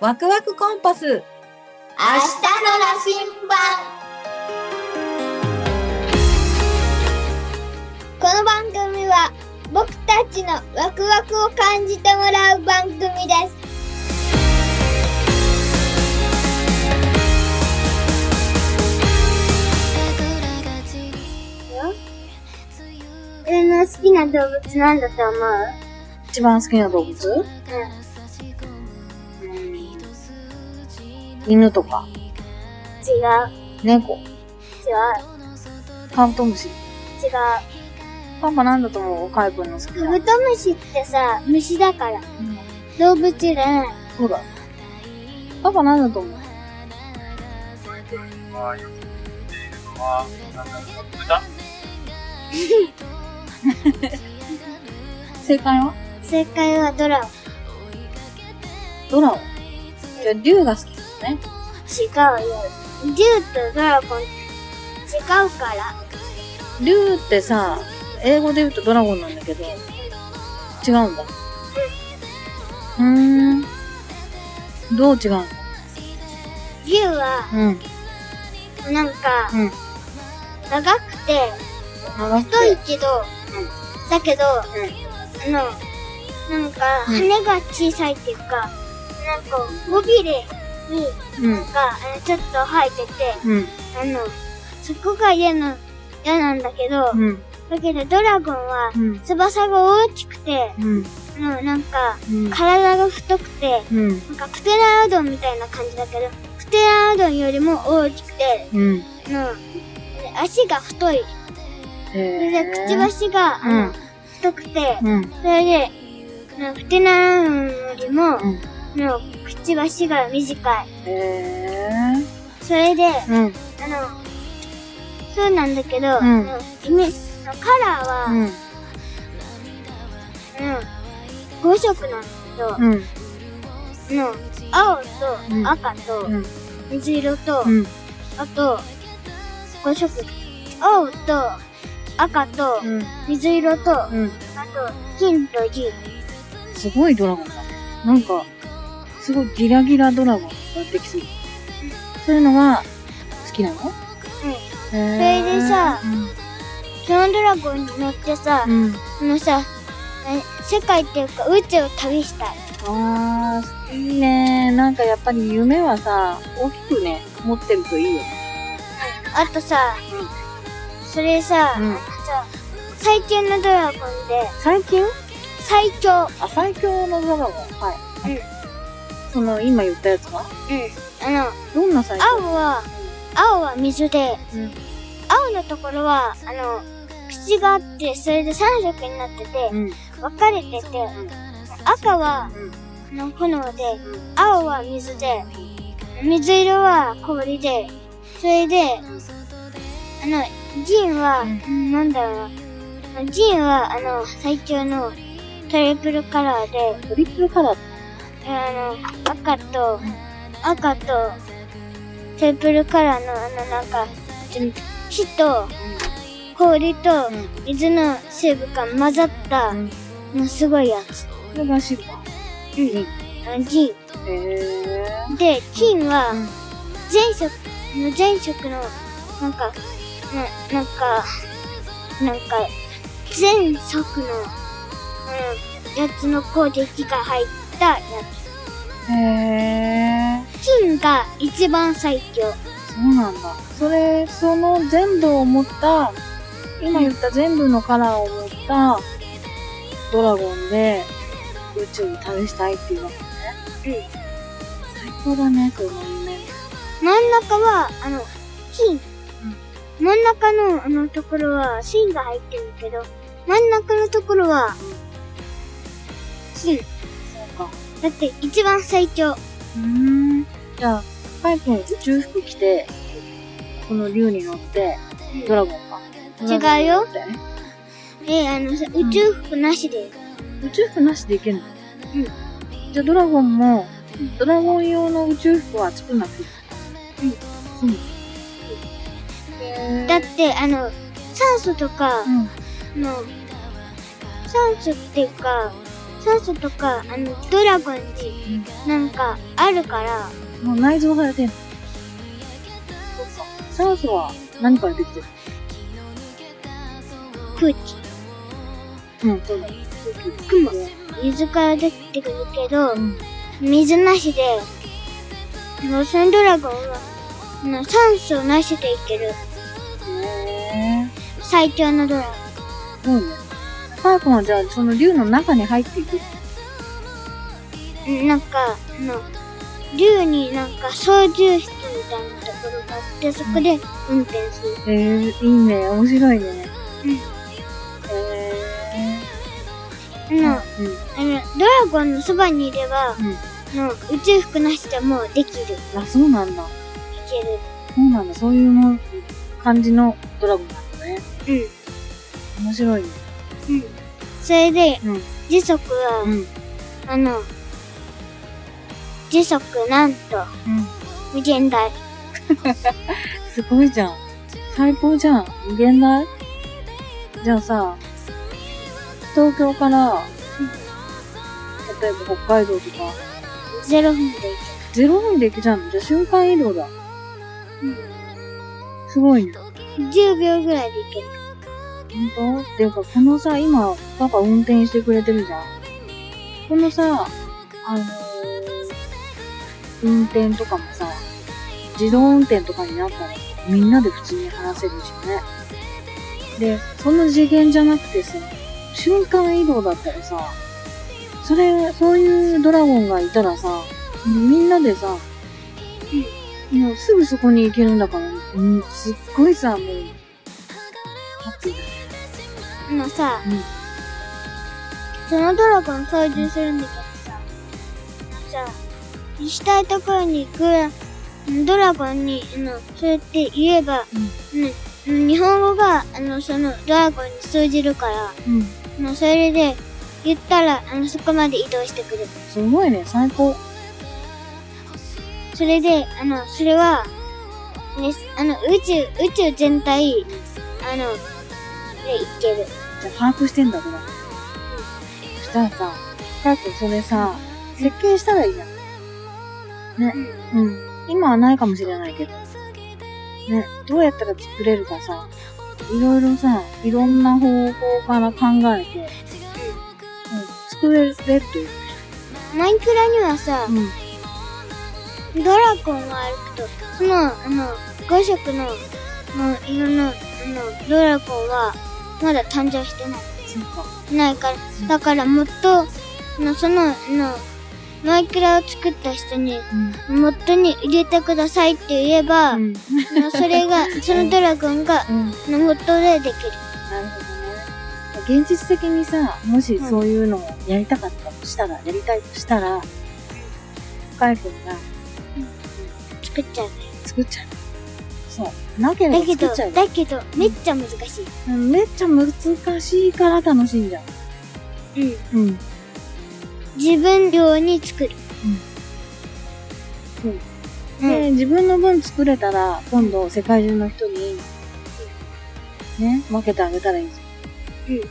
ワクワクコンパス明日の羅針盤この番組は僕たちのワクワクを感じてもらう番組です俺の好きな動物なんだと思う一番好きな動物うん、違う犬とか、違う猫、カブトムシ。違うパパなんだと思うカイ君の好きカな。ブトムシってさ虫だからうん動物じゃないそうだ。パパなんだと思うはよく見ているのは、なんだろう、豚 正解は正解はドラゴンドラゴン。じゃあ、竜が好きだね。違うよ竜とドラゴン違うから竜ってさ、英語で言うとドラゴンなんだけど、違うんだ。うーん。どう違うの竜はうん。なんかうん。長くて長く太いて。けど、だけど、あのなんかうん羽が小さいっていうか、なんか尾びれにうん。があのちょっと生えててうん。あのそこが嫌な嫌なんだけど、うん。だけどドラゴンはうん。翼が大きくて、うん。うん、なんか、うん。体が太くて、うん。なんかプテラノドンみたいな感じだけど、プテラノドンよりも大きくて、うん。うん、で足が太い。それで、くちばし。しが、あうんの太くて、うん。それで、うんプテラノドンよりも、うん。のくちばしが短い。へえ。それで、あうん。の、そうなんだけど、うんイメージカラーは、うん、うん。 5色なんだけど、うん。の青うんと赤とうん。水色と、うん。あと5色青と赤とうん。水色と、あうん。と金と銀すごいドラゴンだね。なんか、すごいギラギラドラゴンができそう。そういうのが好きなのそれでさ、そのドラゴンに乗ってさ、うん。うんあのさえ世界っていうか宇宙を旅したいあー、いいね。なんかやっぱり夢はさ、大きくね、持ってるといいよね。あとさ、それさ,、うんあのさ最強のドラゴンで最強最強あ、最強のドラゴン。はい。うんその、今言ったやつはうんあのどんな最強青は青は水でうん。青のところはあの口があってそれで3色になっててうん。分かれてて赤はあの炎で青は水で水色は氷でそれであの銀は、うんなんだろうな銀はあの最強のトリプルカラーでトリプルカラー。あの赤と赤とトリプルカラーのあのなんか火と氷とうん水の成分が混ざったうん。のすごいやつ。これがシルバー。うん。あの銀。へー。で、金はうん前職の前職のなんか、ななんか、なんか、前職の、うん、やつの攻撃が入ったやへー。つ。金が一番最強。そうなんだ。それ、その全部を持った、今言った全部のカラーを持ったドラゴンで宇宙に旅したいっていうわけね。うん。最高だね、その夢。真ん中は、あの、金。真ん中のあのところは芯が入ってるけど、真ん中のところは、金。そうか。だって一番最強。うーん。じゃあ、カイ君宇宙服着て、その竜に乗って、ドラゴンか。違うよドラゴンに乗ってえ、あのさ、宇宙服なしで。宇宙服なしでいけるのうんじゃあドラゴンも、ドラゴン用の宇宙服は作んなくていい。うん。そうだって、あの、酸素とかう、ん。あの、酸素っていうか、酸素とかあのドラゴンになんかあるからもう内蔵されてんのそうそう。酸素は何からできてる空気うん、そうだ。雲水から出てくるけど、ん水なしであのそのドラゴンはあの酸素なしでいけるへぇ最強のドラゴー。ンそうね。パークはじゃあ、その竜の中に入っていく。なんか、あの、竜になんか操縦室みたいなところがあって、そこで運転する。えー、いいね。面白いね。うんへあの、ぇあー。うん。の、ドラゴンのそばにいれば、あうん。の、宇宙服なしでもできる。いける。あ、そうなんだ。そうなんだ。そういうの感じのドラゴンなんだね。面白いね。うん。うん。それで、うん。時速は、うん。うん。あの、時速なんと、無限大。すごいじゃん。最高じゃん。無限大じゃあさ、東京から、例えば北海道とか、 0分でい0分で行けちゃうのじゃあ瞬間移動だ。すごいね。ける。10秒ぐらいでいける。本当っていうか、このさ、今、パパ運転してくれてるじゃん。このさ、あのー、運転とかもさ、自動運転とかになったら、みんなで普通に話せるしね。で、その次元じゃなくてさ、瞬間移動だったらさ、それ、そういうドラゴンがいたらさ、みんなでさ、もうすぐそこに行けるんだから、うん、すっごいさ、もう、ハッピーだあのさ、うんそのドラゴン操縦するんだけどさ、さ、行きたいところに行くドラゴンに、あの、そうやって言えば、ね日本語が、あの、そのドラゴンに通じるから、うん。あのそれで言ったら、あの、そこまで移動してくる。すごいね、最高。それで、あの、それは、ね、あの、宇宙、宇宙全体、あの、で、行ける。じゃあ把握してんだ、これ。そしたらさ、カイ君それさ、設計したらいいじゃん。ね。うん。今はないかもしれないけど。ね、どうやったら作れるかさ、いろいろさ、いろんな方法から考えて、うん、作れるっていう。マイクラにはさ、うん。ドラゴンが歩くと、その、あの、5色の、もう、色の、あの、ドラゴンは、まだ誕生してなそうか。い。ないから、だからもっと、あのその、あの、マイクラを作った人に、うん。モッドに入れてくださいって言えば、うん。あのそれが、そのドラゴンが、あうん。のモッドでできる。なるほどね。現実的にさ、もしそういうのをやりたかったとしたら、やりたいとしたら、カイ君が作っちゃう。作っちゃう。そう。なけれだばけ作どっちゃう、よ。だけど、めっちゃ難しうんめっちゃ難しいから楽しいんじゃん。い。うん。うん。自分用に作る。そううん。で、自分の分作れたら、今度世界中の人に、ね、分けてあげたらいいじうん。